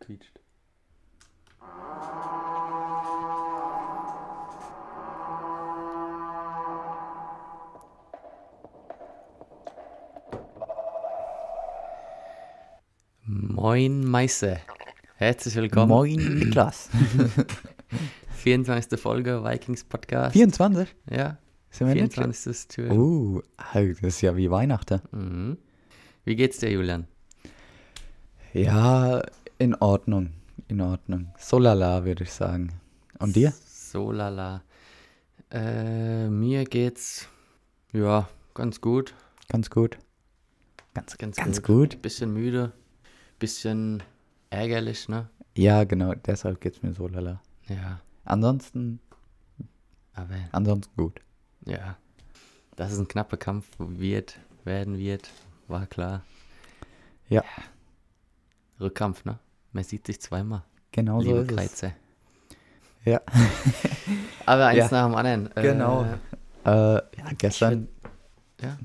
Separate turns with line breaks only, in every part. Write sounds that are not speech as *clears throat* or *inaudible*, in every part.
quietscht.
Moin Meisse. Herzlich willkommen.
Moin Niklas.
24. Folge Vikings Podcast.
24?
Ja,
Sind wir nicht?
24. Tür.
Oh, au, das ist ja wie Weihnachten.
Mhm. Wie geht's dir, Julian?
Ja, in Ordnung. In Ordnung. So lala, würde ich sagen. Und dir?
So lala. Äh, mir geht's ja ganz gut.
Ganz gut. Ganz,
Ganz,
gut.
Bisschen müde, bisschen ärgerlich, ne?
Ja, genau, deshalb geht's mir so lala.
Ja,
Ansonsten,
aber
ansonsten gut.
ja. Dass es ein knapper Kampf wird, werden wird, war klar.
Ja,
Rückkampf, ne? Man sieht sich zweimal.
genau so
liebe
ist es.
Kreize.
Ja.
*laughs* Aber eins
Ja.
nach dem anderen. Äh,
Genau. Äh, ja, gestern,
Ja,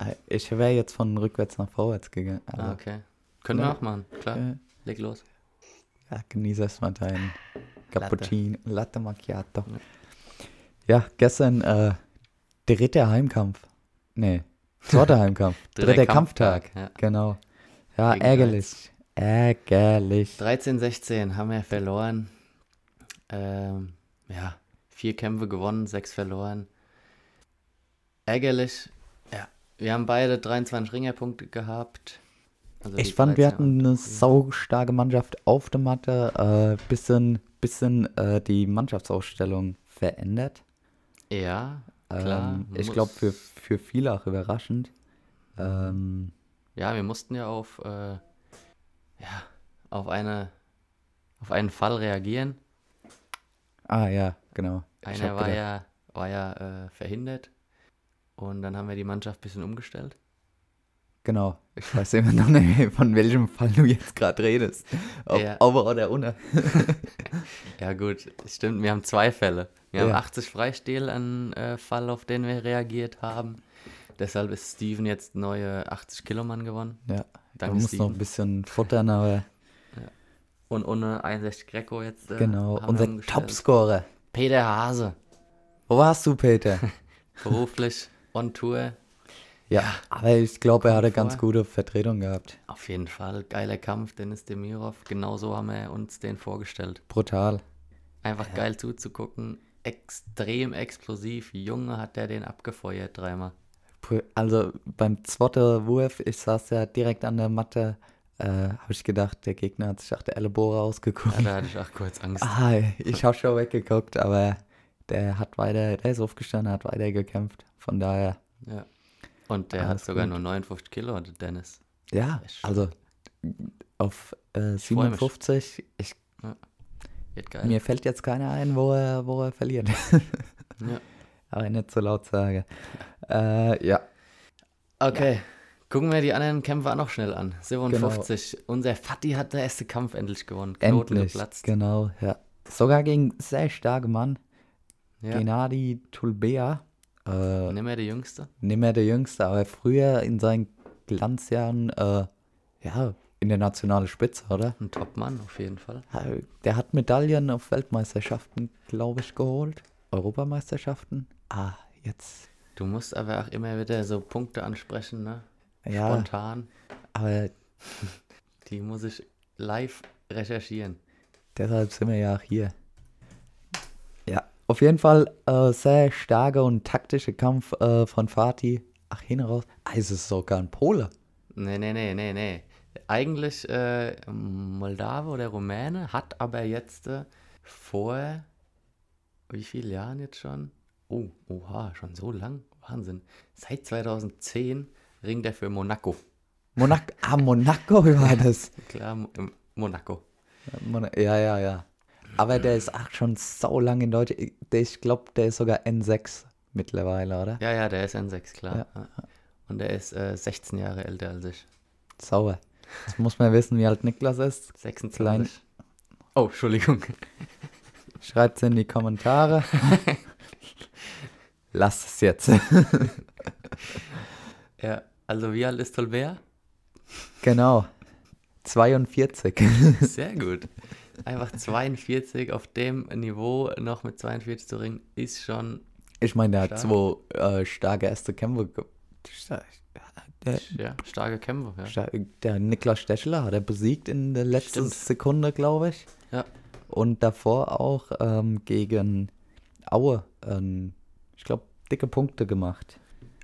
äh, ich wäre jetzt von rückwärts nach vorwärts gegangen. Also,
ah,
Aber,
okay. Können wir
Genau. Ja.
auch machen, klar.
äh,
Leg los.
Ja, Ah, genieß erstmal dein
Latte.
Cappuccino, Latte Macchiato.
Ja.
Ja, gestern äh, dritter Heimkampf. Nee, zweiter Heimkampf.
*laughs* Dritter
dritter Kampftag.
Kampftag, ja.
Genau. Ja,
Gegen
ärgerlich. Ärgerlich.
13-16 haben wir verloren. Ähm, ja, vier Kämpfe gewonnen, sechs verloren. Ärgerlich. Ja, wir haben beide 23 Ringerpunkte gehabt. Also die
Ich fand, wir
13
hatten eine saustarke Mannschaft auf der Matte. Äh, bisschen bisschen äh, die Mannschaftsausstellung verändert.
Ja, klar.
Ähm, ich
muss-
glaube, für, für viele auch überraschend. Ähm,
Ja, wir mussten ja auf, äh, ja, auf, eine, auf einen Fall reagieren.
ah ja, genau. Ich
Einer
hab
war
gedacht-
ja, war ja äh, verhindert. Und dann haben wir die Mannschaft ein bisschen umgestellt.
Genau. Ich weiß immer noch nicht, *laughs* von welchem Fall du jetzt gerade redest. Ob
Ja.
over oder ohne.
Ja, gut, stimmt, wir haben zwei Fälle. Wir haben
Ja.
80 Freistil an äh, Fall, auf den wir reagiert haben. Deshalb ist Steven jetzt neue 80 Kilomann gewonnen.
Ja, da
Danke,
muss noch
Steven.
ein bisschen futtern, aber
Und ohne 61 Greco jetzt. Äh,
genau.
haben wir
Unser
umgestellt.
Topscorer.
Peter Hase,
Wo warst du,
*laughs*
Peter?
beruflich on Tour.
ja, aber ich glaube, er hatte
vor.
ganz gute Vertretung gehabt.
Auf jeden Fall, geiler Kampf, Dennis Demirov. Genau so haben wir uns den vorgestellt.
Brutal.
Einfach geil zuzugucken. Extrem explosiv. Junge hat der den abgefeuert dreimal.
Pu- Also beim zweiten Wurf, ich saß ja direkt an der Matte, äh, habe ich gedacht, der Gegner hat sich nach der Ellenbohre ausgeguckt.
Ja, da hatte ich auch kurz Angst.
Ah, ich habe schon weggeguckt, aber der hat weiter, der ist aufgestanden, hat weiter gekämpft. Von daher.
Ja. Und der hat
Alles
sogar
gut.
nur 59 Kilo, der Dennis.
Ja,
Ist schon-
also auf äh,
freu mich.
57, ich,
Wird geil.
mir fällt jetzt keiner ein, wo er, wo er verliert.
*laughs* Ja.
Aber nicht so laut sage. Äh, ja,
Okay. Gucken wir die anderen Kämpfe auch noch schnell
Genau.
an. 57. Unser Fatih hat der erste Kampf endlich gewonnen. Knoten
endlich.
geplatzt.
Genau, ja. Sogar gegen sehr starke Mann,
Ja.
Gennady Tulbea. Äh,
Nicht mehr der Jüngste.
nicht mehr der Jüngste, aber früher in seinen Glanzjahren, äh, ja, internationale Spitze, oder?
Ein Topmann auf jeden Fall.
Der hat Medaillen auf Weltmeisterschaften, glaube ich, geholt. Europameisterschaften. Ah, jetzt.
Du musst aber auch immer wieder so Punkte ansprechen, ne?
Ja,
Spontan.
aber
Die muss ich live recherchieren.
deshalb sind wir ja auch hier. Ja, auf jeden Fall äh, sehr starker und taktischer Kampf äh, von Fatih. Ach, hin raus. Ah, es ist sogar ein Pole.
Nee, nee, nee, nee, nee. Eigentlich äh, Moldave oder Rumäne hat aber jetzt äh, vor wie vielen Jahren jetzt schon? Oh, oha, schon so lang. Wahnsinn. Seit 2010 ringt er für Monaco.
Monaco, ah, Monaco war das.
Klar, Mo- ähm, Monaco.
Mon- Ja, ja, ja. Aber der ist auch schon so lang in Deutschland. Der- Ich glaube, der ist sogar N6 mittlerweile, oder?
Ja, ja, der ist N6, klar. Und er ist äh, 16 Jahre älter als ich.
Sauer. Jetzt muss man wissen, wie alt Niklas ist.
26.
Klein-
Oh, Entschuldigung. *laughs*
Schreibt es in die Kommentare. *laughs* Lasst es jetzt.
Ja, also wie alt ist Tolbert?
genau. 42.
Sehr gut. Einfach 42 auf dem Niveau noch mit 42 zu ringen, ist schon,
Ich meine, der hat zwei
Stark.
äh, starke erste Kämpfe. ge- Sta- Der,
ja, starke Kämpfe. Ja.
Sta- der Niklas Steschler hat er besiegt in der letzten
Stimmt.
Sekunde, glaube ich.
Ja.
Und davor auch ähm, gegen Aue, ähm, ich glaube, dicke Punkte gemacht.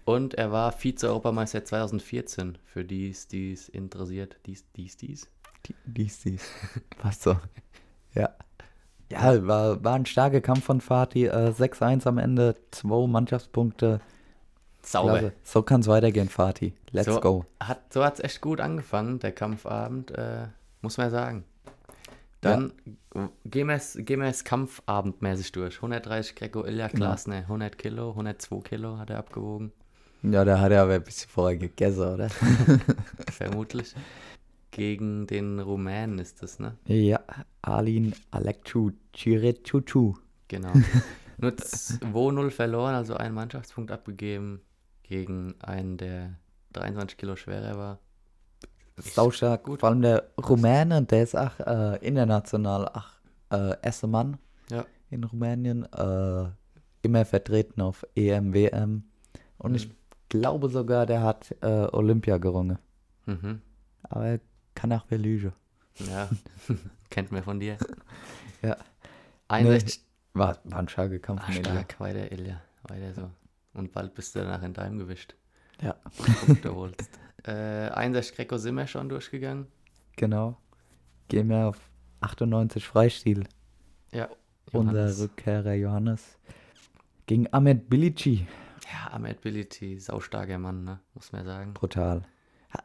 Und er war Vize-Europameister 2014, für dies, dies interessiert, dies, dies, dies.
Die- Dies, *laughs* dies. Passt so. Ja. Ja, war, war ein starker Kampf von Fatih. Äh, 6-1 am Ende, zwei Mannschaftspunkte.
Sauber.
Klasse. So kann es weitergehen, Fatih. Let's
so
go.
Hat, so hat es echt gut angefangen, der Kampfabend, äh, muss man ja sagen. Dann gehen wir es gehen wir es kampfabendmäßig durch. 130 Greco Ilja Klasner,
Genau.
100 Kilo, 102 Kilo hat er abgewogen,
Ja, da hat er aber ein bisschen vorher
*laughs*
gegessen, oder?
vermutlich. Gegen den Rumänen ist das, ne?
ja, Alin Alekchu Chiretutu. *laughs*
Genau. Nur 2-0 verloren, also einen Mannschaftspunkt abgegeben gegen einen, der 23 Kilo schwerer war.
Saustark.
gut.
Vor allem der Rumäne, der ist auch äh, international, ach, äh, erster Mann
Ja.
in Rumänien. Äh, immer vertreten auf E EM, WM.
Mhm.
Und ich glaube sogar, der hat äh, Olympia gerungen.
Mhm.
Aber er kann auch Belüge.
Ja. *laughs* Kennt mir von dir.
Ja.
61
War, war ein starker Kampf.
Ah,
Meli.
stark, weiter, Ilja. Weiter so. Und bald bist du danach in deinem Gewicht.
Ja,
Punkte holst. *laughs* äh, 61 Greco sind wir schon durchgegangen.
genau. Gehen wir auf 98 Freistil.
Ja. Johannes.
Unser Rückkehrer Johannes. Gegen Ahmed Bilici.
Ja, Ahmed Bility, saustarker Mann, ne? Muss man ja sagen.
Brutal. Ha-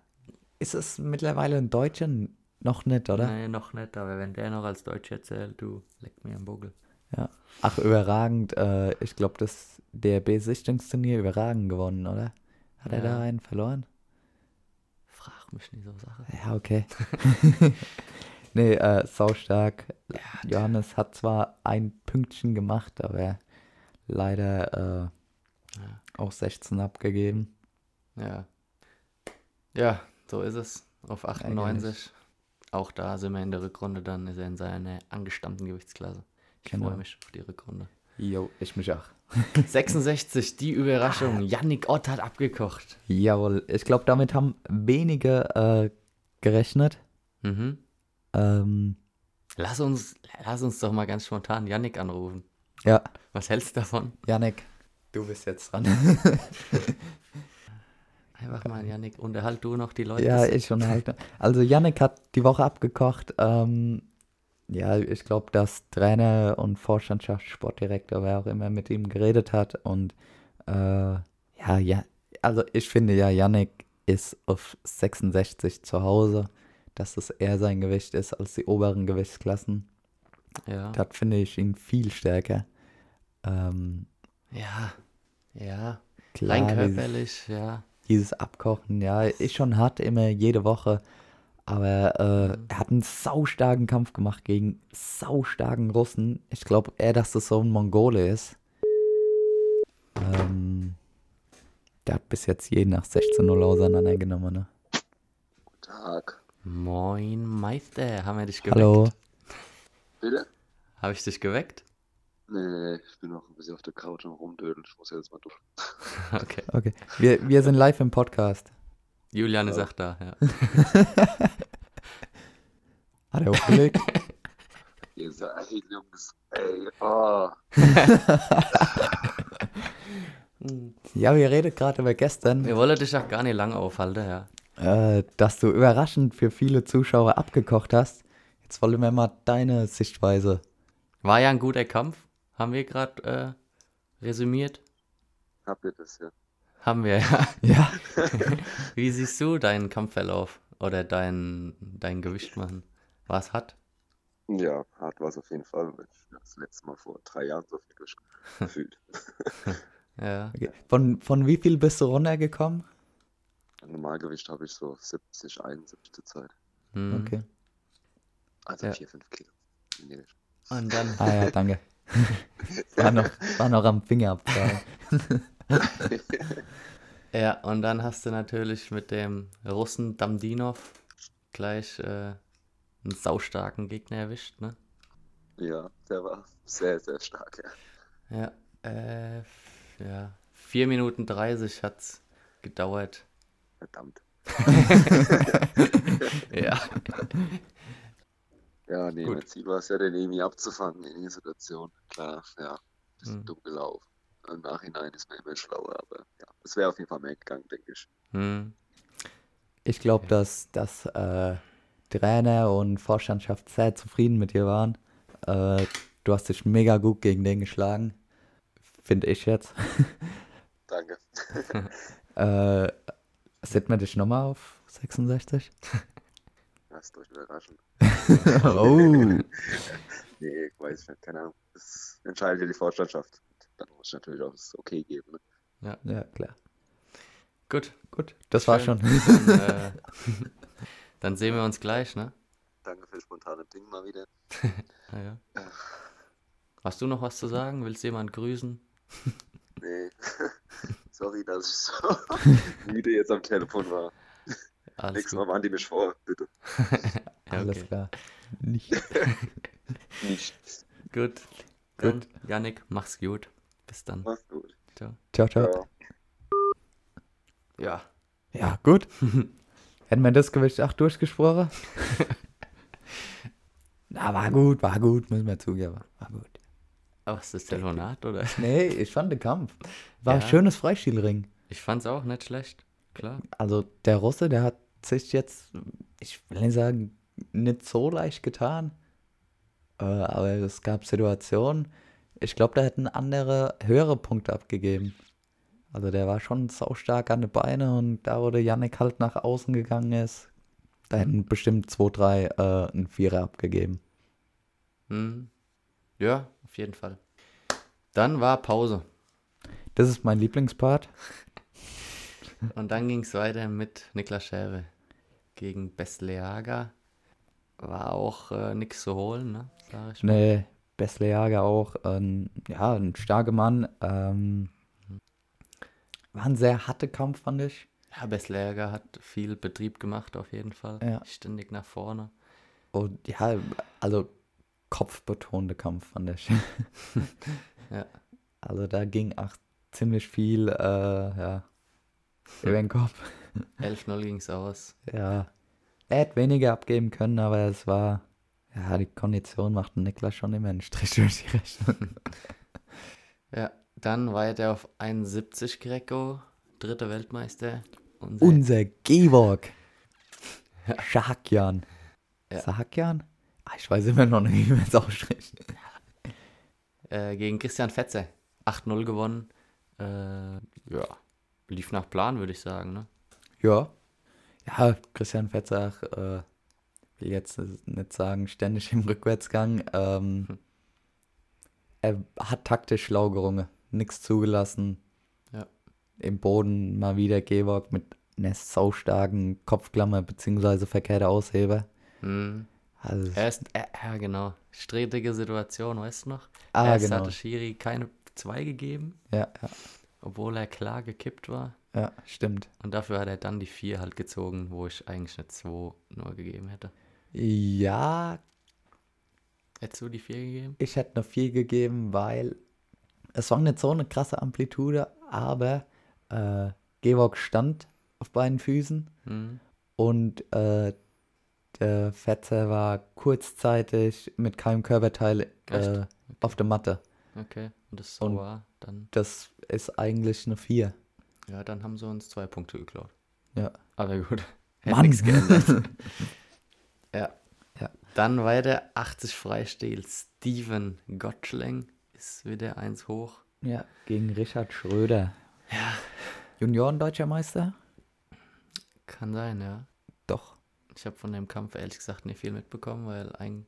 Ist es mittlerweile in Deutschen noch nicht, oder?
Nee, noch nicht, aber wenn der noch als Deutsch erzählt, du leck mir am Bugel.
Ja. Ach, überragend. Äh, ich glaube, das DRB-Sichtungsturnier überragend gewonnen, oder? Hat er
Ja.
da einen verloren?
Frag mich nicht so Sachen.
Ja, okay. *laughs* nee, äh, saustark. Johannes hat zwar ein Pünktchen gemacht, aber leider äh,
Ja.
auch 16 abgegeben.
Ja. Ja, so ist es. Auf 98. Auch da sind wir in der Rückrunde, dann ist er in seiner angestammten Gewichtsklasse. Ich
Genau.
freue mich auf die Rückrunde. *laughs*
Jo, ich mich auch.
66, die Überraschung. Yannick Ott hat abgekocht.
Jawohl, ich glaube, damit haben wenige äh, gerechnet.
Mhm.
Ähm,
Lass uns, lass uns doch mal ganz spontan Yannick anrufen.
ja,
Was hältst du davon?
Janik, du bist jetzt dran.
Einfach mal, Yannick, unterhalt du noch die Leute.
ja, ich schon halt. Also Janik hat die Woche abgekocht. Ähm, ja, ich glaube, dass Trainer und Vorstandschaft, Sportdirektor, wer auch immer mit ihm geredet hat. Und äh, ja, ja, also ich finde ja, Janik ist auf 66 zu Hause, dass es eher sein Gewicht ist als die oberen Gewichtsklassen.
ja.
Das finde ich ihn viel stärker. Ähm,
ja. Ja.
klar,
Rein
dieses-
körperlich, ja.
Dieses Abkochen, ja, ist schon hart immer jede Woche. Aber äh, er hat einen saustarken Kampf gemacht gegen saustarken Russen. Ich glaube eher, dass das so ein Mongole ist. Ähm, der hat bis jetzt jeden nach 16-0 auseinandergenommen, ne?
Tag.
Moin, Meister, haben wir dich geweckt?
Hallo.
Bitte?
Habe ich dich geweckt? *laughs*
Nee, nee, nee, ich bin noch ein bisschen auf der Couch und rumdödeln. Ich muss jetzt mal durch.
Okay.
Okay. Wir, wir sind live im Podcast.
Juliane sagt da, ja.
Hat er aufgelegt?
Ihr seid Jungs. Ey, oh.
*laughs* ja, wir reden gerade über gestern,
Wir wollen dich auch gar nicht lange aufhalten, ja.
äh, dass du überraschend für viele Zuschauer abgekocht hast. Jetzt wollen wir mal deine Sichtweise
War ja ein guter Kampf, haben wir gerade äh, resümiert.
Habt ihr das hier?
Haben wir, *laughs* ja.
Ja,
Wie siehst du deinen Kampfverlauf oder dein, dein Gewicht machen? Was hat?
Ja, hart war es auf jeden Fall. Ich hab das letzte Mal vor drei Jahren so viel *laughs* gesch- gefühlt.
Ja.
okay. von, von wie viel bist du runtergekommen?
Normalgewicht habe ich so 70, 71 zur Zeit.
Hm.
Okay.
Also
Ja.
4, 5 Kilo. Nee.
Und dann,
Ah
*laughs*
ja, danke. War noch, war noch am Fingerabfall.
ja, und dann hast du natürlich mit dem Russen Damdinov gleich äh, einen saustarken Gegner erwischt, ne?
Ja, der war sehr, sehr stark, ja.
Ja, äh, f- ja. 4 Minuten 30 hat's gedauert.
Verdammt.
*laughs* Ja.
Ja, nee,
Gut.
mein Ziel war es ja, den Emi abzufangen in der Situation. Klar, ja, bisschen
Mhm.
dumm gelaufen. Im Nachhinein ist man immer schlauer, aber ja, es wäre auf jeden Fall mehr gegangen, denke ich.
Hm.
Ich glaube, dass, dass äh, Trainer und Vorstandschaft sehr zufrieden mit dir waren. Äh, du hast dich mega gut gegen den geschlagen. Finde ich jetzt.
*laughs*
Danke.
Äh, setzt man dich nochmal auf 66?
Lasst euch überraschen.
oh.
Nee, ich weiß nicht, keine Ahnung. Das entscheidet ja die Vorstandschaft. Dann muss ich natürlich auch das Okay geben. Ne?
*laughs* Ja, klar.
Gut,
Gut, das war
Schön.
schon.
dann,
*laughs*
äh, dann sehen wir uns gleich, ne?
Danke für das spontane Ding mal wieder.
Ah, ja. Hast du noch was zu sagen? Willst du jemanden grüßen?
Nee, *laughs* sorry, dass ich so *laughs* müde jetzt am Telefon war.
Alles
Nächstes Mal
gut.
machen die mich vor, bitte.
Ja,
Alles
okay.
klar. Nicht.
Nicht.
Gut. Dann, Janik, mach's gut. Bis dann.
Mach's gut.
Ciao.
Ciao, ciao.
Ciao.
Ja.
Ja, gut. Hätten wir das Gewicht auch durchgesprochen? Na, war gut, war gut, müssen wir zugeben. War gut.
Aber ist das Telefonat, oder?
Nee, ich fand den Kampf. War
Ja.
ein schönes Freistilring.
Ich fand's auch nicht schlecht. Klar.
Also der Russe, der hat sich jetzt, ich will nicht sagen, nicht so leicht getan. Äh, aber es gab Situationen, ich glaube, da hätten andere höhere Punkte abgegeben. Also der war schon saustark an den Beinen und da, wo der Yannick halt nach außen gegangen ist, da hätten bestimmt 2, 3 äh, einen Vierer abgegeben.
Hm. Ja, auf jeden Fall. Dann war Pause.
Das ist mein Lieblingspart.
Und dann ging es weiter mit Niklas Schäbe gegen Besleaga. War auch äh, nichts zu holen, ne? Sag ich mal.
Nee, Bessler Jager auch. Ähm, ja, ein starker Mann. Ähm, war ein sehr harter Kampf, fand ich.
Ja, Besleaga hat viel Betrieb gemacht, auf jeden Fall.
Ja.
Ständig nach vorne.
Und ja, also kopfbetonter Kampf, fand ich.
*laughs* Ja.
Also da ging auch ziemlich viel äh, ja, über den Kopf.
11-0 ging es aus.
Ja. Er hätte weniger abgeben können, aber es war. Ja, die Kondition macht Niklas schon immer einen Strich durch die Rechnung.
Ja, dann weiter auf 71 Greco, dritter Weltmeister. Unser,
Unser Georg. Sahakjan.
Ja.
Sahakjan? Ah, ich weiß immer noch nicht, wie man es ausspricht.
äh, gegen Christian Fetzer. 8-0 gewonnen. Äh, ja, lief nach Plan, würde ich sagen, ne?
Ja. Ja, Christian Fetzach, äh, will jetzt nicht sagen, ständig im Rückwärtsgang. Ähm,
Hm.
Er hat taktisch schlau gerungen, nichts zugelassen.
Ja.
Im Boden mal wieder Georg mit einer saustarken Kopfklammer bzw. verkehrter Ausheber.
Hm.
Also,
Erst, äh, ja genau, strittige Situation, weißt du noch?
Ah,
Erst
genau.
hatte Schiri keine 2 gegeben,
ja, ja,
obwohl er klar gekippt war.
ja, stimmt.
Und dafür hat er dann die 4 halt gezogen, wo ich eigentlich eine 2 nur gegeben hätte.
Ja,
Hättest du die 4 gegeben?
ich hätte eine 4 gegeben, weil es war nicht so eine krasse Amplitude, aber äh, Georg stand auf beiden Füßen
Hm.
und äh, der Fetzer war kurzzeitig mit keinem Körperteil äh,
Echt?
auf der Matte.
Okay, und das so
Und-
war, dann,
Das ist eigentlich eine 4.
ja, dann haben sie uns 2 Punkte geklaut.
Ja.
Aber gut, hätte
*laughs* Mann.
nichts geändert. ja.
Ja.
Dann weiter 80 Freistil, Steven Gottschling ist wieder eins hoch.
*laughs* Ja, gegen Richard Schröder. Ja. Junioren-Deutscher Meister?
Kann sein, ja.
Doch.
Ich habe von dem Kampf ehrlich gesagt nicht viel mitbekommen, weil ein,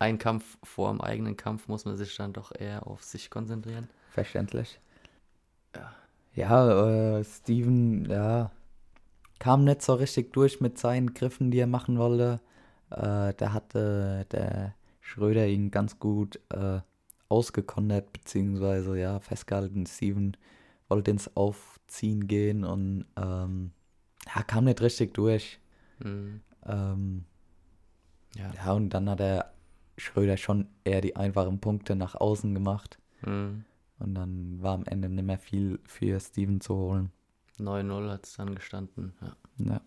ein Kampf vor dem eigenen Kampf muss man sich dann doch eher auf sich konzentrieren.
Verständlich. Ja, äh, Steven, ja, kam nicht so richtig durch mit seinen Griffen, die er machen wollte. Äh, da hatte der Schröder ihn ganz gut äh, ausgekondert, beziehungsweise ja, festgehalten. Steven wollte ins Aufziehen gehen und ähm, ja, kam nicht richtig durch.
Mhm.
Ähm,
Ja.
ja, und dann hat der Schröder schon eher die einfachen Punkte nach außen gemacht.
Mhm.
Und dann war am Ende nicht mehr viel für Steven zu holen.
9-0 hat es dann gestanden. Ja.
Ja.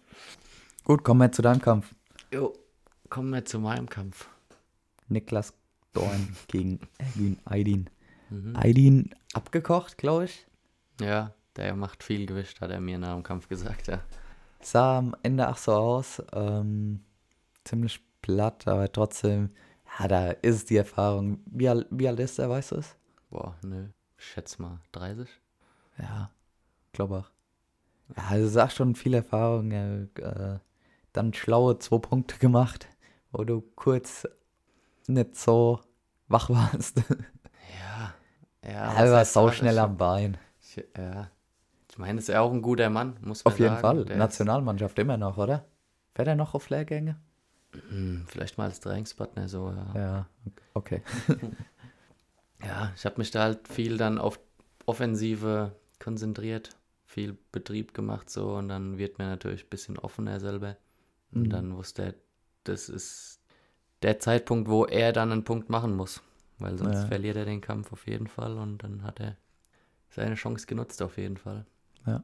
Gut, kommen wir zu deinem Kampf.
Jo, kommen wir zu meinem Kampf.
Niklas Dorn gegen Ergün Aydin. Aydin abgekocht, glaube ich.
Ja, der macht viel Gewicht, hat er mir nach dem Kampf gesagt. Ja.
Sah am Ende auch so aus. Ähm, ziemlich platt, aber trotzdem, ja, da ist es die Erfahrung. Wie, al- wie alt ist er, weißt du es?
Boah, nö. Ich schätze mal 30.
Ja, glaube auch. Ja, also sag schon viel Erfahrung. Äh, äh, dann schlaue zwei Punkte gemacht, wo du kurz nicht so wach warst.
Ja.
*laughs*
Ja,
er war
was heißt
sau
das?
schnell am Bein.
Ich, ja. Ich meine, ist ja auch ein guter Mann, muss man
Auf jeden
sagen.
Fall.
Der
Nationalmannschaft immer noch, oder? Fährt er noch auf Lehrgänge?
Ist, hm, vielleicht mal als Trainingspartner so. Ja,
Ja, okay.
ja ich habe mich da halt viel dann auf Offensive konzentriert, viel Betrieb gemacht so und dann wird mir natürlich ein bisschen offener selber. Und
Mhm.
dann wusste er, das ist der Zeitpunkt, wo er dann einen Punkt machen muss. Weil sonst
Ja.
verliert er den Kampf auf jeden Fall und dann hat er seine Chance genutzt auf jeden Fall.
Ja.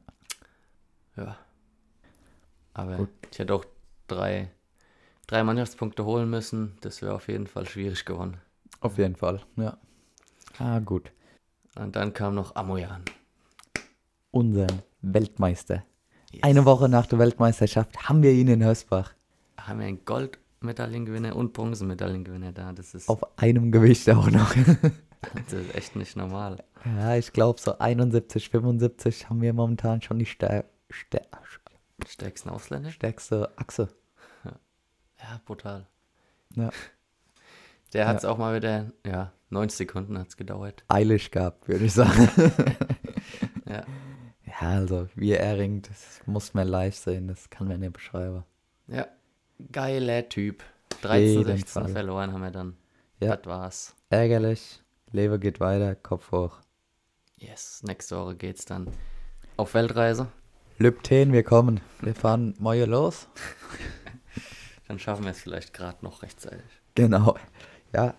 Ja. Aber
Gut.
ich hätte auch drei, drei Mannschaftspunkte holen müssen. Das wäre auf jeden Fall schwierig geworden.
Auf jeden Fall, ja. Ah, gut.
Und dann kam noch Amoyan.
Unser Weltmeister. Eine Woche nach der Weltmeisterschaft haben wir ihn in Hösbach.
Haben wir einen Goldmedaillengewinner und Bronzemedaillengewinner da. Das ist,
Auf einem Gewicht auch noch. *laughs*
das ist echt nicht normal.
ja, ich glaube, so 71, 75 haben wir momentan schon die stär stär
Stärksten Ausländer?
stärkste Achse. ne,
Ja, brutal.
Ja.
Der hat es auch mal wieder, ja, 90 Sekunden hat es gedauert.
Eilig gehabt, würde ich sagen. *laughs*
Ja.
ja, also, wie er ringt, das muss man live sehen, das kann man nicht beschreiben.
ja. Geiler Typ.
jeden
13, 16
Fall.
verloren haben wir dann.
Ja.
Das war's.
Ärgerlich, Leber geht weiter, Kopf hoch.
Yes, nächste Woche geht's dann auf Weltreise.
Lübten, wir kommen. Wir fahren morgen los.
Dann schaffen wir es vielleicht gerade noch rechtzeitig.
Genau. Ja.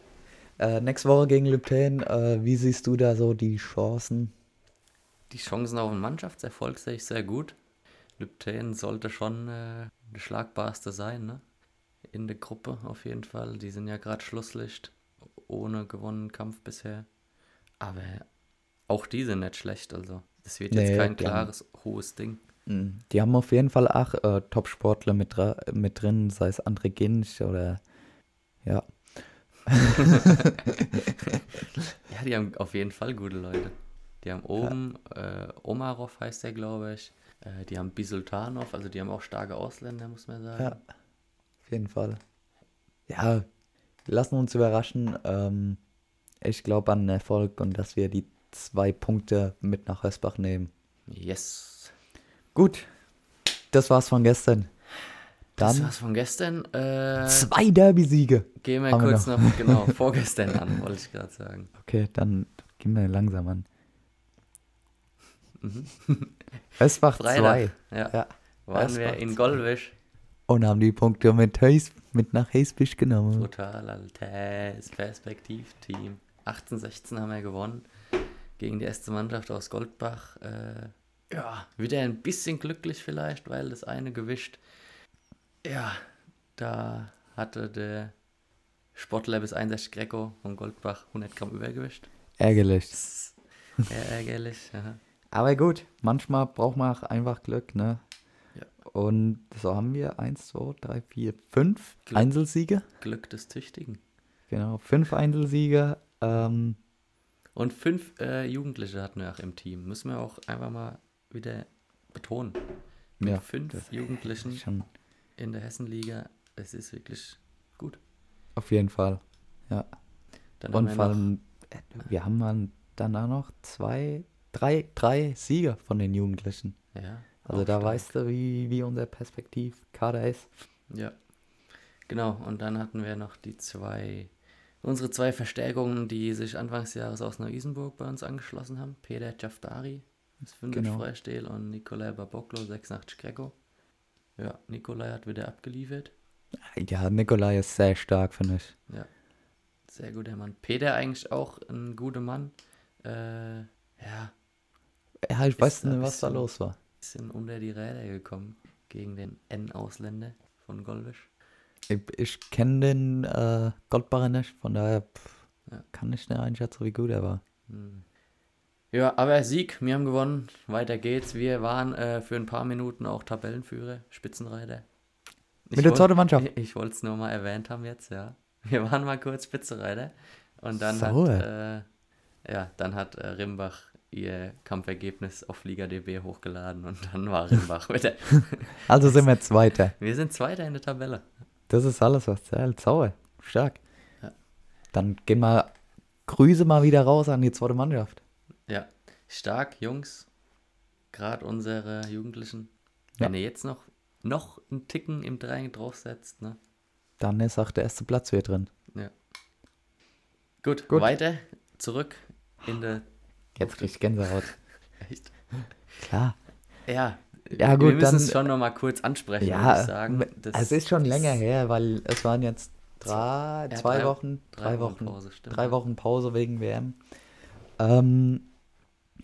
Äh, nächste Woche gegen Lübten, äh, wie siehst du da so die Chancen?
Die Chancen auf einen Mannschaftserfolg sehe ich sehr gut. Lübten sollte schon äh, der schlagbarste sein, ne? In der Gruppe auf jeden Fall. Die sind ja gerade Schlusslicht, ohne gewonnenen Kampf bisher. Aber auch die sind nicht schlecht, also. Das wird jetzt
Nee,
kein
klar.
klares, hohes Ding.
Die haben auf jeden Fall auch äh, Top-Sportler mit, dra- mit drin, sei es André Ginsch oder ja.
Ja, die haben auf jeden Fall gute Leute. Die haben oben, äh, Omarov heißt der, glaube ich. Äh, die haben Bisultanov, also die haben auch starke Ausländer, muss man sagen.
Ja, auf jeden Fall. Ja, wir lassen uns überraschen. Ähm, ich glaube an Erfolg und dass wir die zwei Punkte mit nach Hösbach nehmen.
Yes.
Gut, das war's von gestern.
Das
Dann
war's von gestern. Äh,
zwei Derby-Siege.
Gehen wir
Haben wir
kurz
noch.
noch.
*laughs*
genau, vorgestern an, wollte ich gerade sagen.
Okay, dann gehen wir langsam an. Hösbach 2
Mhm. *laughs* Freitag, ja,
Ja.
waren wir
Erstmal
in
zwei.
Golwisch.
und haben die Punkte mit, Heis, mit nach Heisbisch genommen.
Brutal, altes Perspektivteam. 18-16 haben wir gewonnen gegen die erste Mannschaft aus Goldbach. Äh, ja, wieder ein bisschen glücklich vielleicht, weil das eine gewischt. Ja, da hatte der Sportler bis 61 Greco von Goldbach 100 Gramm übergewischt.
Ärgerlich.
Sehr ärgerlich. Ja.
Aber gut, manchmal braucht man auch einfach Glück, ne?
Ja.
Und so haben wir 1, 2, 3, 4, 5
Glück.
Einzelsiege.
Glück des Tüchtigen.
Genau, 5 Einzelsiege. Ähm,
Und fünf äh, Jugendliche hatten wir auch im Team. Müssen wir auch einfach mal wieder betonen. Mit
ja,
fünf Jugendlichen
schon
in der Hessenliga, es ist wirklich gut.
auf jeden Fall. Ja.
Dann
Und
haben
vor
wir noch,
allem, äh, wir haben dann danach noch zwei, drei, drei Siege von den Jugendlichen.
ja,
Also
auch
da
stark.
weißt du, wie, wie unser Perspektivkader ist.
Ja. Genau, und dann hatten wir noch die zwei, unsere zwei Verstärkungen, die sich Anfang des Jahres aus Neu-Isenburg bei uns angeschlossen haben. Peter Jaftari, das 5
Genau.
Freistehl und Nikolai Baboklo, 86 Greco. Ja, Nikolai hat wieder abgeliefert.
Ja, Nikolai ist sehr stark, finde ich.
Ja. Sehr guter Mann. Peter eigentlich auch ein guter Mann. Äh, ja,
Ja, ich weiß
ein
nicht, was da
bisschen-
los war.
bisschen unter die Räder gekommen gegen den N-Ausländer von Golbisch.
Ich, ich kenne den äh, Goldbarren nicht, von daher pff,
Ja.
kann ich nicht einschätzen, wie gut er war.
Ja, aber Sieg, wir haben gewonnen. Weiter geht's. Wir waren äh, für ein paar Minuten auch Tabellenführer, Spitzenreiter. Ich
Mit der
woll-
zweiten Mannschaft.
*laughs* Ich, ich wollte es nur mal erwähnt haben jetzt, ja. Wir waren mal kurz Spitzenreiter. Und dann
Sauer.
hat, äh, ja, dann hat äh, Rimbach ihr Kampfergebnis auf LigaDB hochgeladen und dann war
*laughs*
Rimbach wieder.
Also sind wir Zweiter.
Wir sind Zweiter in der Tabelle.
Das ist alles, was zählt. Sauer. Stark.
Ja.
Dann gehen wir, Grüße mal wieder raus an die zweite Mannschaft.
Ja, stark, Jungs. Gerade unsere Jugendlichen.
Ja.
Wenn ihr jetzt noch, noch einen Ticken im Dreieck draufsetzt, ne?
Dann ist auch der erste Platz wieder drin.
Ja. Gut,
Gut.
weiter, zurück in der.
Jetzt krieg ich Gänsehaut.
Echt?
Klar.
Ja,
Ja,
wir
gut,
müssen
dann-
es schon nochmal kurz ansprechen, würde ich sagen. Das-
es ist schon
das-
länger her, weil es waren jetzt drei,
Ja,
zwei
drei-
Wochen,
drei
drei
Wochen
Wochen,
Pause, genau. stimmt.
drei Wochen Pause wegen WM. Ähm,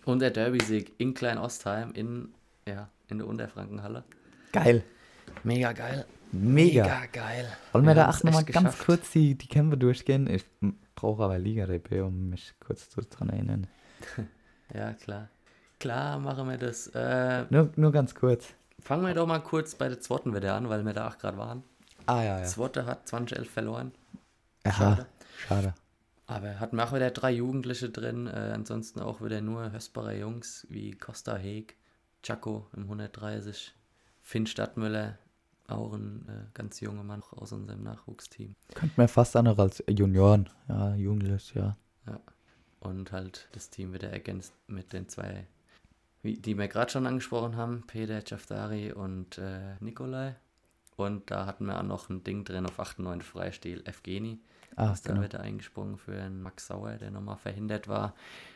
Und der Derby-Sieg in Klein-Ostheim in, ja, in der Unterfrankenhalle.
geil,
Mega geil.
mega.
geil.
Wollen wir
Wir
da
haben's
auch nochmal
echt
ganz
geschafft.
kurz die, die Kämpfe durchgehen? Ich brauche aber Liga-DP, um mich kurz zu- dran erinnern.
Ja, klar. Klar machen wir das. Äh,
Nur, nur ganz kurz.
fangen wir doch mal kurz bei der Zwotten wieder an, weil wir da auch gerade waren.
Ah, ja, ja.
Zwotte hat 2011 verloren,
Aha, schade.
aber hatten wir auch wieder drei Jugendliche drin. Äh, ansonsten auch wieder nur Hösperer Jungs wie Costa Heeg, Chaco im 130, Finn Stadtmüller, auch ein äh, ganz junger Mann aus unserem Nachwuchsteam.
Könnte mir fast auch noch als Junioren, ja, Jugendlich, ja.
Ja. Und halt das Team wieder ergänzt mit den zwei, wie, die wir gerade schon angesprochen haben, Peter Chaftari und äh, Nikolai. Und da hatten wir auch noch ein Ding drin auf 98 Freistil, Evgeni.
Ah,
Ist dann
genau.
wird er eingesprungen für einen Max Sauer, der nochmal verhindert war.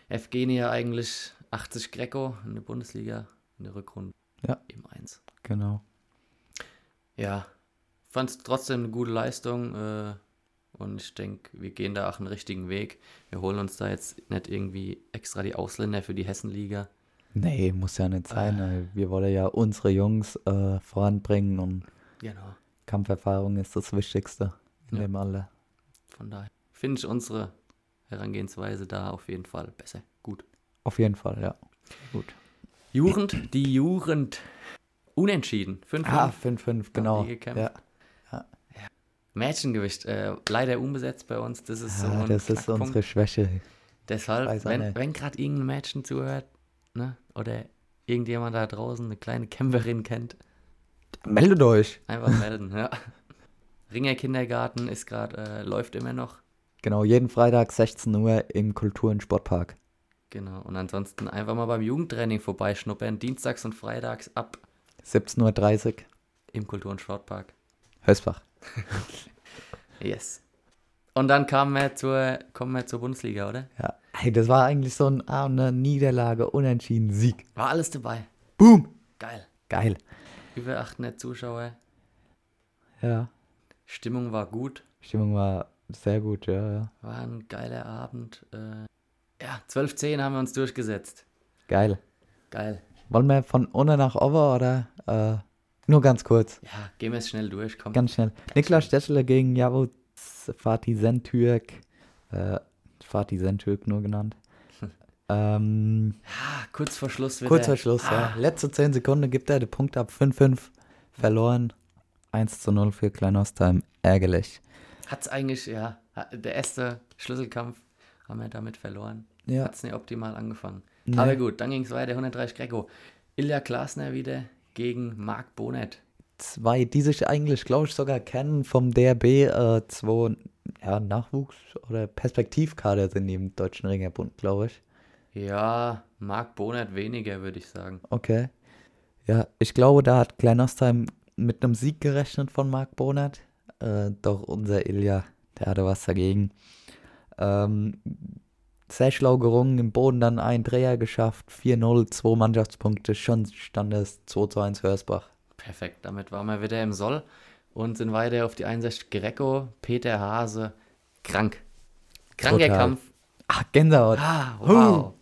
Evgeni ja eigentlich 80 Greco in der Bundesliga in der Rückrunde.
Ja.
Eben eins.
genau.
Ja. Fand es trotzdem eine gute Leistung. Äh, und ich denke, wir gehen da auch einen richtigen Weg. Wir holen uns da jetzt nicht irgendwie extra die Ausländer für die Hessenliga.
Nee, muss ja nicht sein.
Ah.
weil Wir wollen ja unsere Jungs äh, voranbringen und
Genau.
Kampferfahrung ist das Wichtigste in
Ja.
dem Alter.
Von daher finde ich unsere Herangehensweise da auf jeden Fall besser. Gut.
Auf jeden Fall, ja. Gut.
Jugend, *clears throat* die Jugend. Unentschieden. 5
Ah, 5-5, genau.
die gekämpft?
Ja,
Mädchengewicht, äh, leider unbesetzt bei uns. Das ist so
ah,
ein
das ist
Knackpunkt.
unsere Schwäche.
Deshalb,
Weiß auch
wenn,
nicht.
wenn gerade irgendein Mädchen zuhört, ne, oder irgendjemand da draußen eine kleine Kämpferin kennt,
Meldet euch!
einfach melden, ja. Ringer Kindergarten ist gerade, äh, läuft immer noch.
Genau, jeden Freitag 16 Uhr im Kultur- und Sportpark.
Genau. Und ansonsten einfach mal beim Jugendtraining vorbeischnuppern. Dienstags und freitags ab
17.30 Uhr,
im Kultur- und Sportpark.
Hösbach.
Yes. Und dann kamen wir zur, kommen wir zur Bundesliga, oder?
Ja. Hey, das war eigentlich so ein ah, eine Niederlage, unentschieden, Sieg.
War alles dabei.
Boom!
Geil.
Geil.
Über 800 Zuschauer.
Ja.
Stimmung war gut.
Stimmung war sehr gut, ja, ja.
War ein geiler Abend. Äh, ja, 12.10 haben wir uns durchgesetzt.
Geil.
Geil.
Wollen wir von unten nach over oder äh, nur ganz kurz,
Ja, gehen wir es schnell durch. Komm.
ganz schnell. Niklas Steschler gegen Javo Fatih Sentürk. Äh, Fatih Sentürk nur genannt. ähm,
Ah, kurz vor Schluss wird
kurzer
er-
Schluss, ja. Letzte 10 Sekunden gibt er den Punkt ab. 5-5 verloren. 1 zu 0 für Kleinostheim. Ärgerlich.
Hat's eigentlich, ja, ha- der erste Schlüsselkampf haben wir damit verloren.
Ja.
Hat's nicht optimal angefangen. Aber gut, dann ging es weiter. 130 Greco. Ilja Klasner wieder gegen Marc Bonet.
zwei, die sich eigentlich, glaube ich, sogar kennen vom DRB, äh, zwei ja, Nachwuchs- oder Perspektivkader sind die im Deutschen Ringerbund, glaube ich.
Ja, Marc Bonet weniger, würde ich sagen.
Okay. Ja, ich glaube, da hat Kleinostheim mit einem Sieg gerechnet von Marc Bonert. Äh, doch unser Ilja, der hatte was dagegen. Ähm, sehr schlau gerungen, im Boden dann einen Dreher geschafft. 4-0, zwei Mannschaftspunkte, schon stand es 2-1 für Hörsbach.
Perfekt, damit waren wir wieder im Soll. und sind weiter auf die 61 Greco, Peter Hase, krank. Kranker
Total.
Kampf.
Ach, Gänsehaut.
Ah, wow.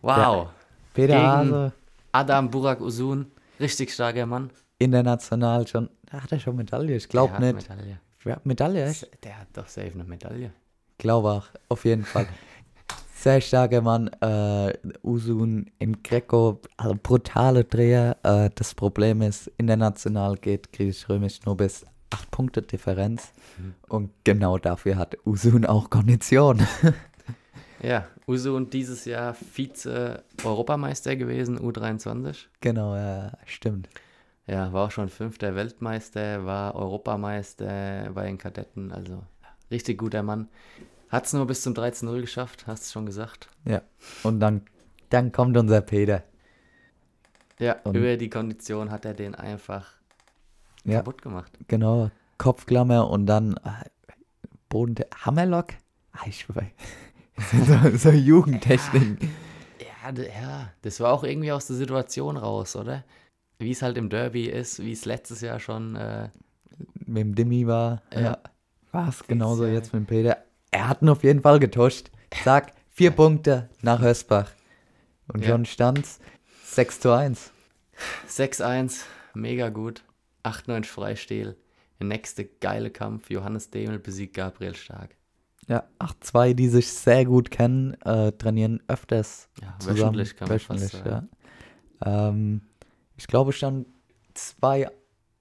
Wow.
Peter
gegen-
Hase,
Adam Burak Uzun, richtig starker Mann.
international schon. Hat er schon Medaille? Ich
Der
glaube
hat
nicht.
Medaille.
Ja, Medaille, echt?
Der hat doch safe eine Medaille.
Glaube auch, auf jeden Fall. Sehr starker Mann, äh, Usun im Greco, also brutale Dreher. Äh, das Problem ist, international geht griechisch-römisch nur bis 8 Punkte Differenz. Und genau dafür hat Usun auch Kondition. *laughs*
Ja, Uzun dieses Jahr Vize-Europameister gewesen, U23.
genau, ja, stimmt.
Ja, war auch schon fünfter Weltmeister, war Europameister bei den Kadetten, also richtig guter Mann. Hat es nur bis zum 13-0 geschafft, hast du schon gesagt.
Ja. Und dann, dann kommt unser Peter.
Ja,
Und-
über die Kondition hat er den einfach
Ja,
kaputt gemacht.
genau. Kopfklammer und dann äh, Boden, Hammerlock. Ah, ich weiß. *laughs* so, so Jugendtechniken.
Ja, d- ja, das war auch irgendwie aus der Situation raus, oder? Wie es halt im Derby ist, wie es letztes Jahr schon. Äh,
mit dem Dimmi war.
Ja.
Ja. War es genauso
ja-
jetzt mit dem Peter. Er hat ihn auf jeden Fall getuscht. Zack,
*laughs*
vier Punkte nach Hösbach. Und
Ja.
John Stanz 6 zu 1.
6-1, mega gut. 8-9 Freistehl. Der nächste geile Kampf. Johannes Demel besiegt Gabriel Stark.
Ja, 8-2, die sich sehr gut kennen, äh, trainieren öfters
Ja,
zusammen.
wöchentlich kann man fast
wöchentlich,
sagen.
ja. ähm, Ich glaube, stand 2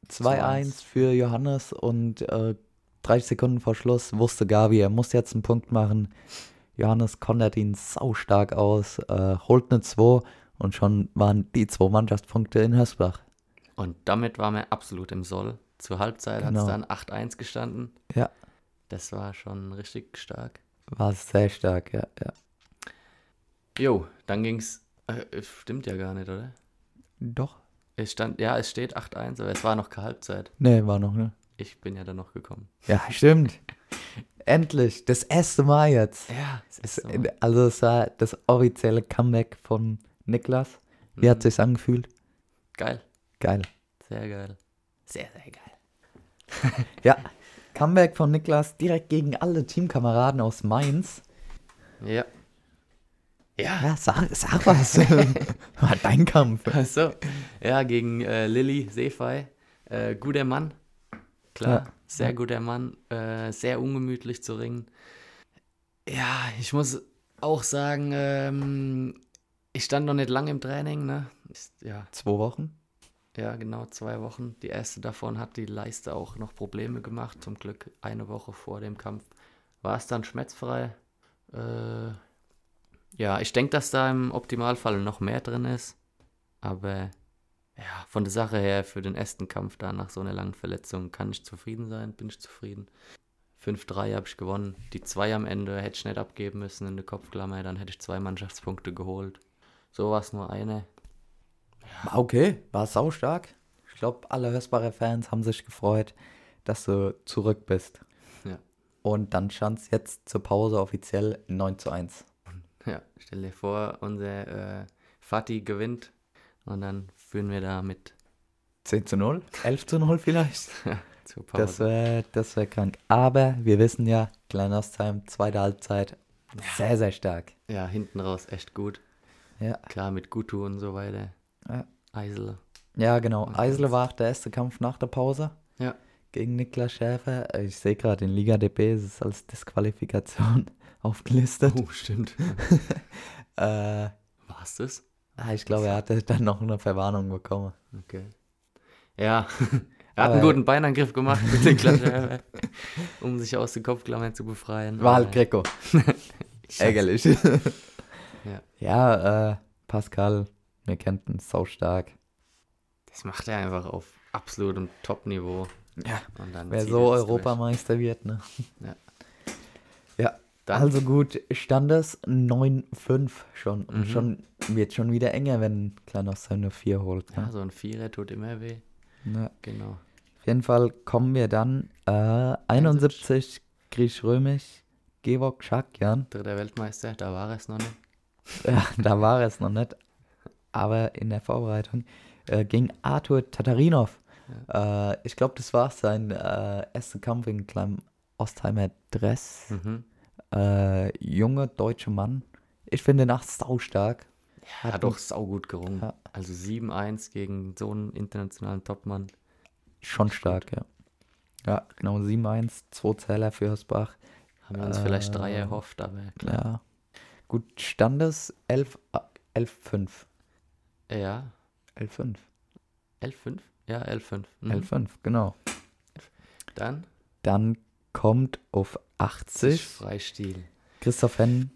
2-1 für Johannes und äh, 30 Sekunden vor Schluss wusste Gabi, er muss jetzt einen Punkt machen. Johannes kontert ihn saustark aus, äh, holt eine 2 und schon waren die zwei Mannschaftspunkte in Hösbach.
Und damit war man absolut im Soll. Zur Halbzeit hat es
Genau.
dann 8-1 gestanden.
Ja,
Das war schon richtig stark.
war sehr stark, ja. ja.
Jo, dann ging's. Äh, stimmt ja gar nicht, oder?
Doch?
Es stand, ja, es steht 8-1, aber es war noch keine Halbzeit.
Nee, war noch, ne?
Ich bin ja dann noch gekommen.
Ja, stimmt. Endlich, das erste Mal jetzt.
Ja, es ist so.
Also es war das offizielle Comeback von Niklas. Wie
Mhm.
hat sich's angefühlt?
Geil.
Geil.
Sehr geil. Sehr, sehr geil.
*laughs* Ja, Comeback von Niklas direkt gegen alle Teamkameraden aus Mainz.
Ja. Ja,
Ja, sag,
*laughs*
sag was. War dein Kampf.
Ach so. Ja, gegen äh, Lilly Seefei. Äh, guter Mann. Klar,
Ja.
sehr guter Mann. Äh, sehr ungemütlich zu ringen. Ja, ich muss auch sagen, ähm, ich stand noch nicht lange im Training. Ne? Ich, ja,
Zwei Wochen.
ja, genau zwei Wochen. Die erste davon hat die Leiste auch noch Probleme gemacht. Zum Glück eine Woche vor dem Kampf war es dann schmerzfrei. Äh, ja, ich denke, dass da im Optimalfall noch mehr drin ist. Aber ja, von der Sache her, für den ersten Kampf da nach so einer langen Verletzung kann ich zufrieden sein, bin ich zufrieden. 5-3 habe ich gewonnen. Die 2 am Ende hätte ich nicht abgeben müssen in der Kopfklammer, dann hätte ich zwei Mannschaftspunkte geholt. So war es nur eine.
War Ah, okay, war saustark. Ich glaube, alle Hörsbacher Fans haben sich gefreut, dass du zurück bist.
Ja.
Und dann stand's jetzt zur Pause offiziell 9 zu 1.
Ja, stell dir vor, unser äh, Fatih gewinnt und dann führen wir da mit *laughs*
10 zu 0? 11 zu 0 vielleicht?
zur Pause.
Das wäre das wär krank. Aber wir wissen ja, Kleinostheim, zweite Halbzeit, sehr, sehr stark.
ja, hinten raus echt gut.
Ja.
Klar, mit Gutu und so weiter.
Ja.
Eisele.
Ja, genau. Eisele war auch der erste Kampf nach der Pause
Ja,
gegen Niklas Schäfer. Äh, Ich sehe gerade, in Liga DB ist es als Disqualifikation *laughs* aufgelistet.
oh, stimmt.
Äh,
War's das?
ah, ich glaube, er hatte *laughs* dann noch eine Verwarnung bekommen.
Okay. Ja, *laughs* er hat
Aber-
einen guten Beinangriff gemacht mit den Klatsche, *laughs* um sich aus den Kopfklammern zu befreien.
War halt
Aber-
*laughs* Greco. Ärgerlich. *laughs*
Ja.
ja, äh, Pascal, wir kennen ihn sau stark.
Das macht er einfach auf absolutem Top-Niveau.
Ja.
Und dann
Wer
zieht
so
er es durch.
Europameister wird, ne?
*laughs* Ja.
Ja,
Dann-
also gut, stand es 9-5 schon. Und schon wird schon wieder enger, wenn Kleinostheim nur 4 holt.
Ja,
Ne?
so ein Vierer tut immer weh.
Ja.
Genau.
Auf jeden Fall kommen wir dann äh, 71 griechisch-römisch, Gevok Schakjan.
Dritter Weltmeister, da war es noch nicht.
Ja, da war es noch nicht, aber in der Vorbereitung äh, gegen Arthur Tatarinov. Äh, ich glaube, das war sein äh, erster Kampf in kleinem Ostheimer Dress.
Mhm.
Äh, junger deutscher Mann. Ich finde ihn auch saustark.
Hat, hat doch saugut gerungen.
Ja.
Also 7-1 gegen so einen internationalen Topmann.
Schon stark, ja. Ja, genau, 7-1, 2 Zähler für Hösbach.
Haben wir uns vielleicht drei
Ähm.
erhofft, aber klar.
Ja. Gut, Standes 11, ah, 11-5.
äh, Ja,
11-5.
11-5? Ja, 11-5. Mhm.
11-5, genau.
Dann
Dann kommt auf 80
Freistil.
Christoph Hennen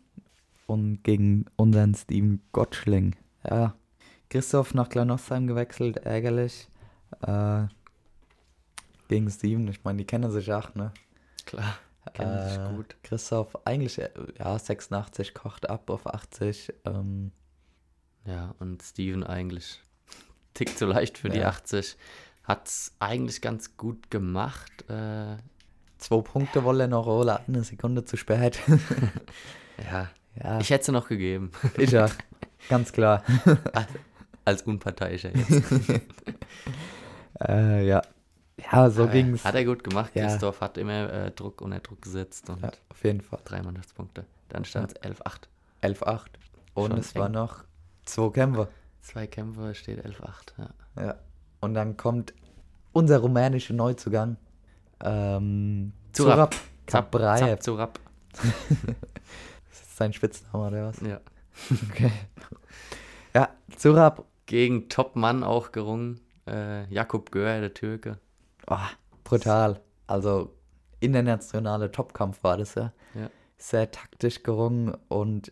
und gegen unseren Steven Gottschling. Ja. Christoph nach Kleinostheim gewechselt, ärgerlich. Äh, gegen Steven, ich meine, die kennen sich auch, ne?
Klar, kennen sich
Äh,
gut.
Christoph, eigentlich, äh, ja, 86 kocht ab auf 80. Ähm,
Ja, und Steven eigentlich *laughs* tickt zu leicht für die
Ja.
80. Hat's eigentlich ganz gut gemacht. Äh,
zwei Punkte wollen er noch holen, eine Sekunde zu spät. *laughs*
ja,
ja,
ich hätte sie noch gegeben. *laughs*
ich auch. Ganz klar.
Als Unparteiischer jetzt.
Äh, ja. Ja, so
Aber
ging's.
Hat er gut gemacht.
Ja.
Christoph hat immer äh, Druck unter Druck gesetzt und
Ja, auf jeden Fall.
drei Mannschaftspunkte. Dann stand es 11-8.
11-8. Und
Schon
es waren
eng.
noch zwei Kämpfe.
Zwei Kämpfe steht 11-8. Ja.
Ja. Und dann kommt unser rumänischer Neuzugang. Ähm,
Zurab.
Zurab
Zap,
Cabraev.
zap, zurab.
Ist das sein Spitzname oder was?
Ja.
Okay. Ja, Zurab.
Gegen Topmann auch gerungen. Äh, Jakub Gör, der Türke.
Oh, brutal. Also internationale Topkampf war das ja.
Ja.
Sehr taktisch gerungen und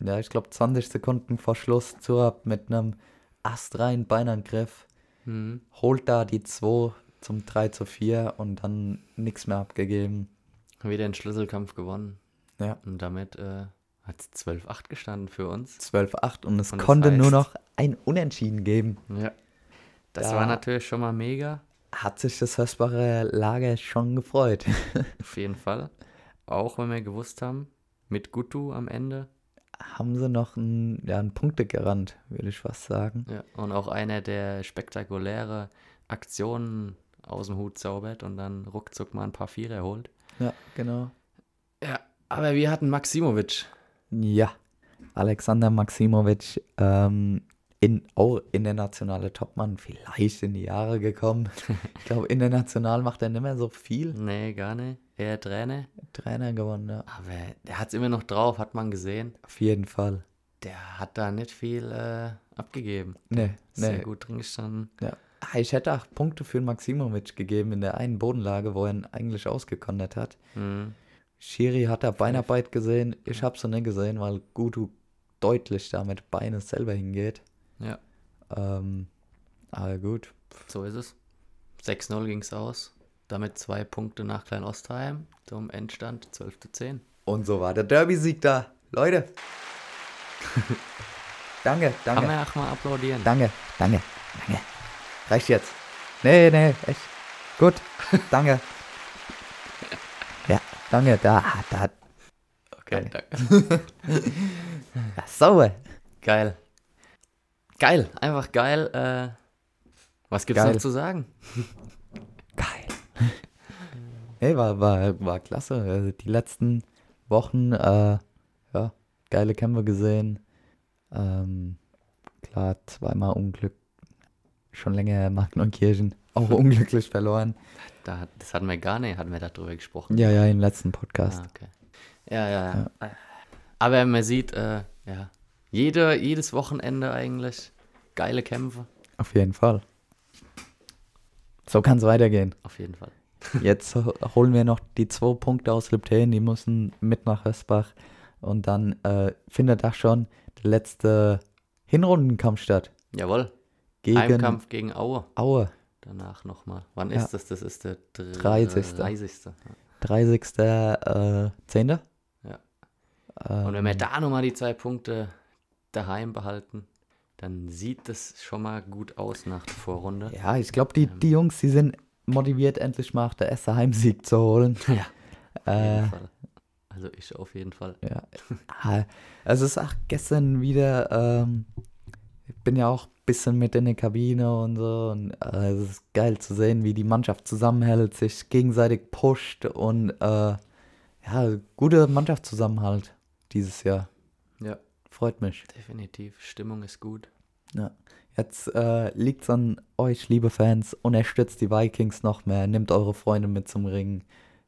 ja, ich glaube 20 Sekunden vor Schluss Zurab mit einem astreinen Beinangriff
Mhm.
holt da die 2 zum 3 zu 4 und dann nichts mehr abgegeben.
Wieder einen Schlüsselkampf gewonnen.
Ja.
Und damit äh, hat es 12-8 gestanden für uns.
12-8 und es
Und das
konnte nur
heißt-
noch ein Unentschieden geben.
Ja. Das
Da-
war natürlich schon mal mega.
Hat sich das Hörsbacher Lager schon gefreut. *laughs*
Auf jeden Fall. Auch wenn wir gewusst haben, mit Gutu am Ende.
Haben sie noch einen, ja, einen Punktegarant, würde ich fast sagen.
Ja. Und auch einer, der spektakuläre Aktionen aus dem Hut zaubert und dann ruckzuck mal ein paar Vierer holt.
Ja, genau.
Ja. Aber wir hatten Maximovic.
Ja, Alexander Maximovic ähm, in, auch internationale Topmann, vielleicht in die Jahre gekommen. ich glaube, international macht er nicht mehr so viel.
Nee, gar nicht. Er Trainer.
Trainer gewonnen, ja.
Aber der hat es immer noch drauf, hat man gesehen.
Auf jeden Fall.
Der hat da nicht viel äh, abgegeben.
Nee,
Sehr
nee.
gut drin gestanden.
Ne, Ja. Ah, ich hätte auch Punkte für Maximovic gegeben in der einen Bodenlage, wo er ihn eigentlich ausgekondert hat.
Mhm.
Schiri hat da Beinarbeit gesehen. Ich habe sie nicht gesehen, weil Gudu deutlich da mit Beine selber hingeht.
Ja,
Ähm, aber gut.
so ist es. 6-0 ging es aus. Damit zwei Punkte nach Klein-Ostheim zum Endstand 12 zu 10.
Und so war der Derby-Sieg da.
*laughs*
Leute. danke,
Kann
danke,
man auch mal applaudieren.
danke, danke, danke. Reicht jetzt. Nee, nee, echt. Gut,
*laughs*
danke. ja, danke, da, da.
Okay, danke.
*laughs* Ja, sauber.
Geil. Geil, einfach geil. Äh, was gibt's
Geil.
noch zu sagen?
Geil. *laughs* Hey, war, war, war klasse. Also die letzten Wochen, äh, ja, geile Kämpfe gesehen. Ähm, klar, zweimal Unglück. Schon länger Markneukirchen. Auch unglücklich verloren.
Da, hat- das hatten wir gar nicht, hatten wir darüber gesprochen.
Ja, ja, im letzten
Ah,
Podcast.
okay. ja, ja, ja. Aber man sieht, äh, ja, jede, jedes Wochenende eigentlich geile Kämpfe.
Auf jeden Fall. So kann es weitergehen.
Auf jeden Fall.
Jetzt ho- holen wir noch die zwei Punkte aus Liptellen, die müssen mit nach Hösbach. Und dann äh, findet da schon der letzte Hinrundenkampf statt.
Jawohl.
Gegen
Heimkampf gegen Aue.
Aue.
Danach nochmal. Wann
Ja.
ist das? Das ist der
30..
30. Ja.
30.10. Äh, 10..
Ja.
Ähm,
Und wenn wir da nochmal die zwei Punkte daheim behalten, dann sieht das schon mal gut aus nach der Vorrunde.
ja, ich glaube, die, die Jungs, die sind motiviert, endlich mal der erste Heimsieg zu *laughs* holen.
Ja. Auf jeden
Äh.
Fall. Also ich auf jeden Fall.
Ja. Ah, Also es ist auch gestern wieder ähm, bin ja auch ein bisschen mit in der Kabine und so. Und äh, es ist geil zu sehen, wie die Mannschaft zusammenhält, sich gegenseitig pusht und äh, ja, guter Mannschaftszusammenhalt dieses Jahr.
Ja,
Freut mich.
definitiv. Stimmung ist gut.
Ja. Jetzt äh, liegt's an euch, liebe Fans. Unterstützt die Vikings noch mehr. Nehmt eure Freunde mit zum Ringen.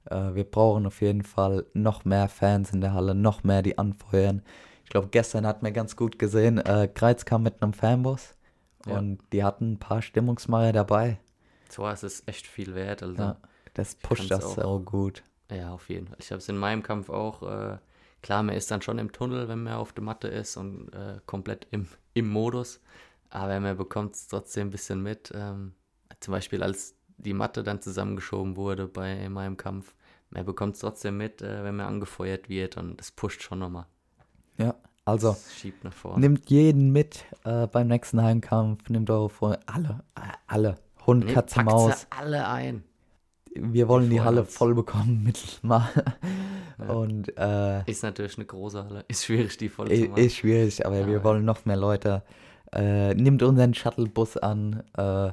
Äh, wir brauchen auf jeden Fall noch mehr Fans in der Halle, noch mehr, die anfeuern. Ich glaube, gestern hat man ganz gut gesehen, äh, Kreiz kam mit einem Fanbus
Ja.
und die hatten ein paar Stimmungsmacher dabei.
So ist es echt viel wert. Also,
Ja.
ja.
Das pusht
kann's
das
auch.
so gut.
auf jeden Fall. Ich habe es in meinem Kampf auch. Äh, klar, man ist dann schon im Tunnel, wenn man auf der Matte ist und äh, komplett im, im Modus. Aber man bekommt es trotzdem ein bisschen mit. Ähm, zum Beispiel, als die Matte dann zusammengeschoben wurde bei meinem Kampf. Man bekommt es trotzdem mit, äh, wenn man angefeuert wird und das pusht schon nochmal.
Ja, also
Das schiebt nach vorne.
nehmt jeden mit äh, beim nächsten Heimkampf. Nehmt eure Freunde, alle, äh, alle. Hund,
Nee,
Katze,
packt sie
Maus.
alle ein.
wir wollen die
freuen
Halle
uns.
voll bekommen *laughs* mittelmal. Und äh,
Ist natürlich eine große Halle. Ist schwierig, die voll zu
i-
machen.
ist schwierig, aber wir wollen noch mehr Leute. Äh, nimmt unseren Shuttlebus an, äh,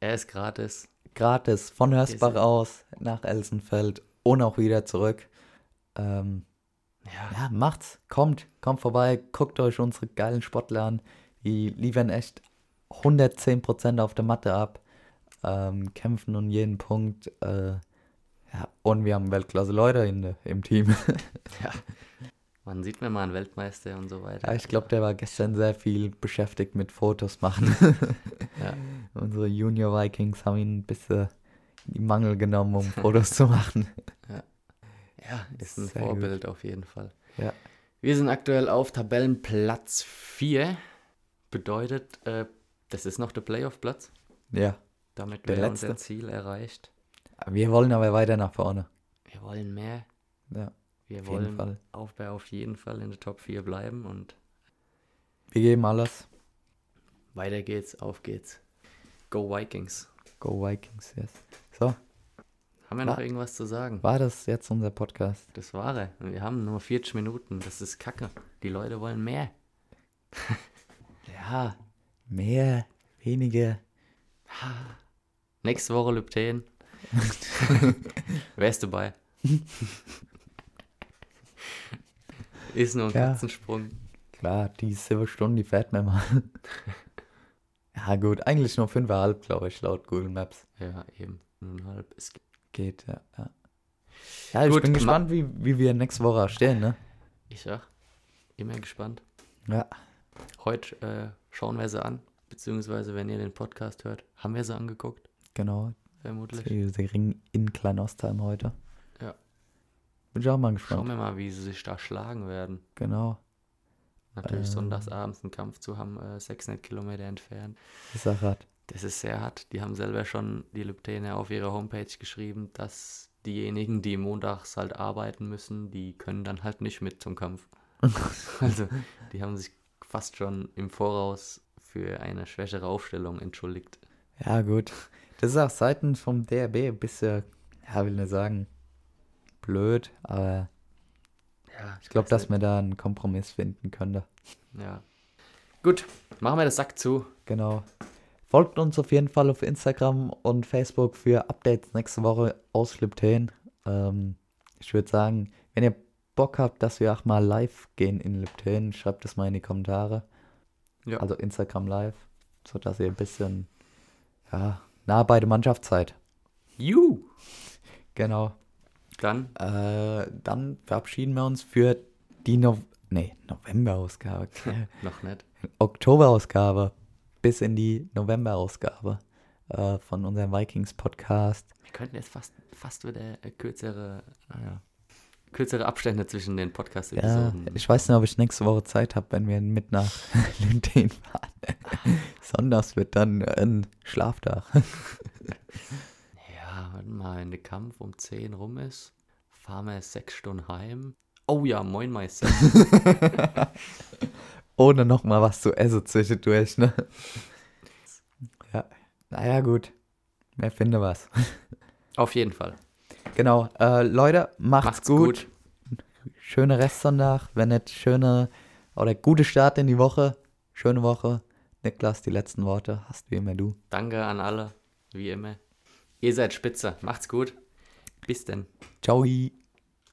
er ist gratis.
gratis von Hörsbach
Ist er.
aus nach Elsenfeld und auch wieder zurück. Ähm,
Ja.
ja, macht's, kommt, kommt vorbei, guckt euch unsere geilen Sportler an. Die liefern echt 110% auf der Matte ab, ähm, kämpfen um jeden Punkt. Äh, ja, und wir haben Weltklasse Leute in, der- im Team.
Man sieht mir mal einen Weltmeister und so weiter.
Ja, *laughs* ich glaube, der war gestern sehr viel beschäftigt mit Fotos machen.
*laughs* Ja.
Unsere Junior Vikings haben ihn ein bisschen in die Mangel genommen, um Fotos zu machen.
Ja, ist ein
Sehr gut.
Vorbild auf jeden Fall.
Ja.
Wir sind aktuell auf Tabellenplatz 4. Bedeutet, äh, das ist noch der Playoff-Platz.
Ja,
Damit
Der
wäre
letzte.
unser Ziel erreicht.
wir wollen aber weiter nach vorne.
Wir wollen mehr.
Ja,
Wir
jeden
wollen
Fall.
Auf, äh, auf jeden Fall in der Top 4 bleiben und
wir geben alles.
weiter geht's, auf geht's. Go Vikings.
Go Vikings, yes. So,
Haben wir
Wa-
noch irgendwas zu sagen?
war das jetzt unser Podcast?
Das war er. Wir haben nur 40 Minuten. Das ist Kacke. Die Leute wollen mehr. ja.
Mehr, weniger.
Nächste Woche
*laughs*
Lübten. Wer ist dabei? ist nur ein
Ja.
Katzensprung.
Klar, die Silberstunden, die fährt mir mal. *laughs* ja, gut, eigentlich nur 5,5, glaube ich, laut Google Maps.
Ja, eben. Nun halb. Es gibt-
Geht, ja. Ja, ja ich
Gut,
bin
ma-
gespannt, wie, wie wir nächste Woche stehen, ne?
Ich sag, immer gespannt.
Ja.
Heute äh, schauen wir sie an. Beziehungsweise, wenn ihr den Podcast hört, haben wir sie angeguckt.
Genau.
Vermutlich.
Sie sie ringen in Kleinostheim heute.
Ja.
Bin ich auch mal
Schauen
gespannt.
wir mal, wie sie sich da schlagen werden.
Genau.
Natürlich
Ähm.
sonntags abends einen Kampf zu haben, äh, 600 Kilometer entfernt.
Ich sag grad,
Das ist sehr hart. Die haben selber schon die Lübtene auf ihrer Homepage geschrieben, dass diejenigen, die montags halt arbeiten müssen, die können dann halt nicht mit zum
*laughs*
Kampf. also die haben sich fast schon im Voraus für eine schwächere Aufstellung entschuldigt.
Ja, gut. Das ist auch seitens vom DRB ein bisschen, ja, will nur sagen, blöd, aber
Ja,
ich glaube, dass man da einen Kompromiss finden könnte.
Also, Ja. Gut, machen wir das Sack zu.
Genau. Folgt uns auf jeden Fall auf Instagram und Facebook für Updates nächste Woche aus Liptän. Ähm, ich würde sagen, wenn ihr Bock habt, dass wir auch mal live gehen in Liptän, schreibt es mal in die Kommentare.
Ja.
Also Instagram live, sodass ihr ein bisschen ja, nah bei der Mannschaft seid.
Juhu!
Genau.
Dann
Äh, dann verabschieden wir uns für die no nee,
*laughs*
November-Ausgabe.
noch nicht.
Oktoberausgabe bis in die Novemberausgabe äh, von unserem Vikings Podcast.
Wir könnten jetzt fast, fast wieder äh, kürzere,
Ah,
naja, kürzere Abstände zwischen den
Ja,
Podcast-Episoden.
Äh, ich weiß nicht, ob ich nächste Woche Zeit habe, wenn wir mit nach *laughs* Lindén fahren. *laughs* Sonntags wird dann ein Schlaftag. *laughs*
Ja, warte mal, wenn der Kampf um 10 rum ist, fahren wir sechs Stunden heim. Oh ja, moin Meister.
Ohne nochmal was zu essen zwischendurch, ne? Ja, naja, gut. Wer finde was.
Auf jeden Fall.
Genau, äh, Leute, macht's, gut.
gut.
schöne Restsonntag, wenn nicht schöne oder gute Start in die Woche, schöne Woche, Niklas, die letzten Worte hast wie immer du.
Danke an alle, wie immer. Ihr seid spitze. Macht's gut. Bis denn.
Ciao.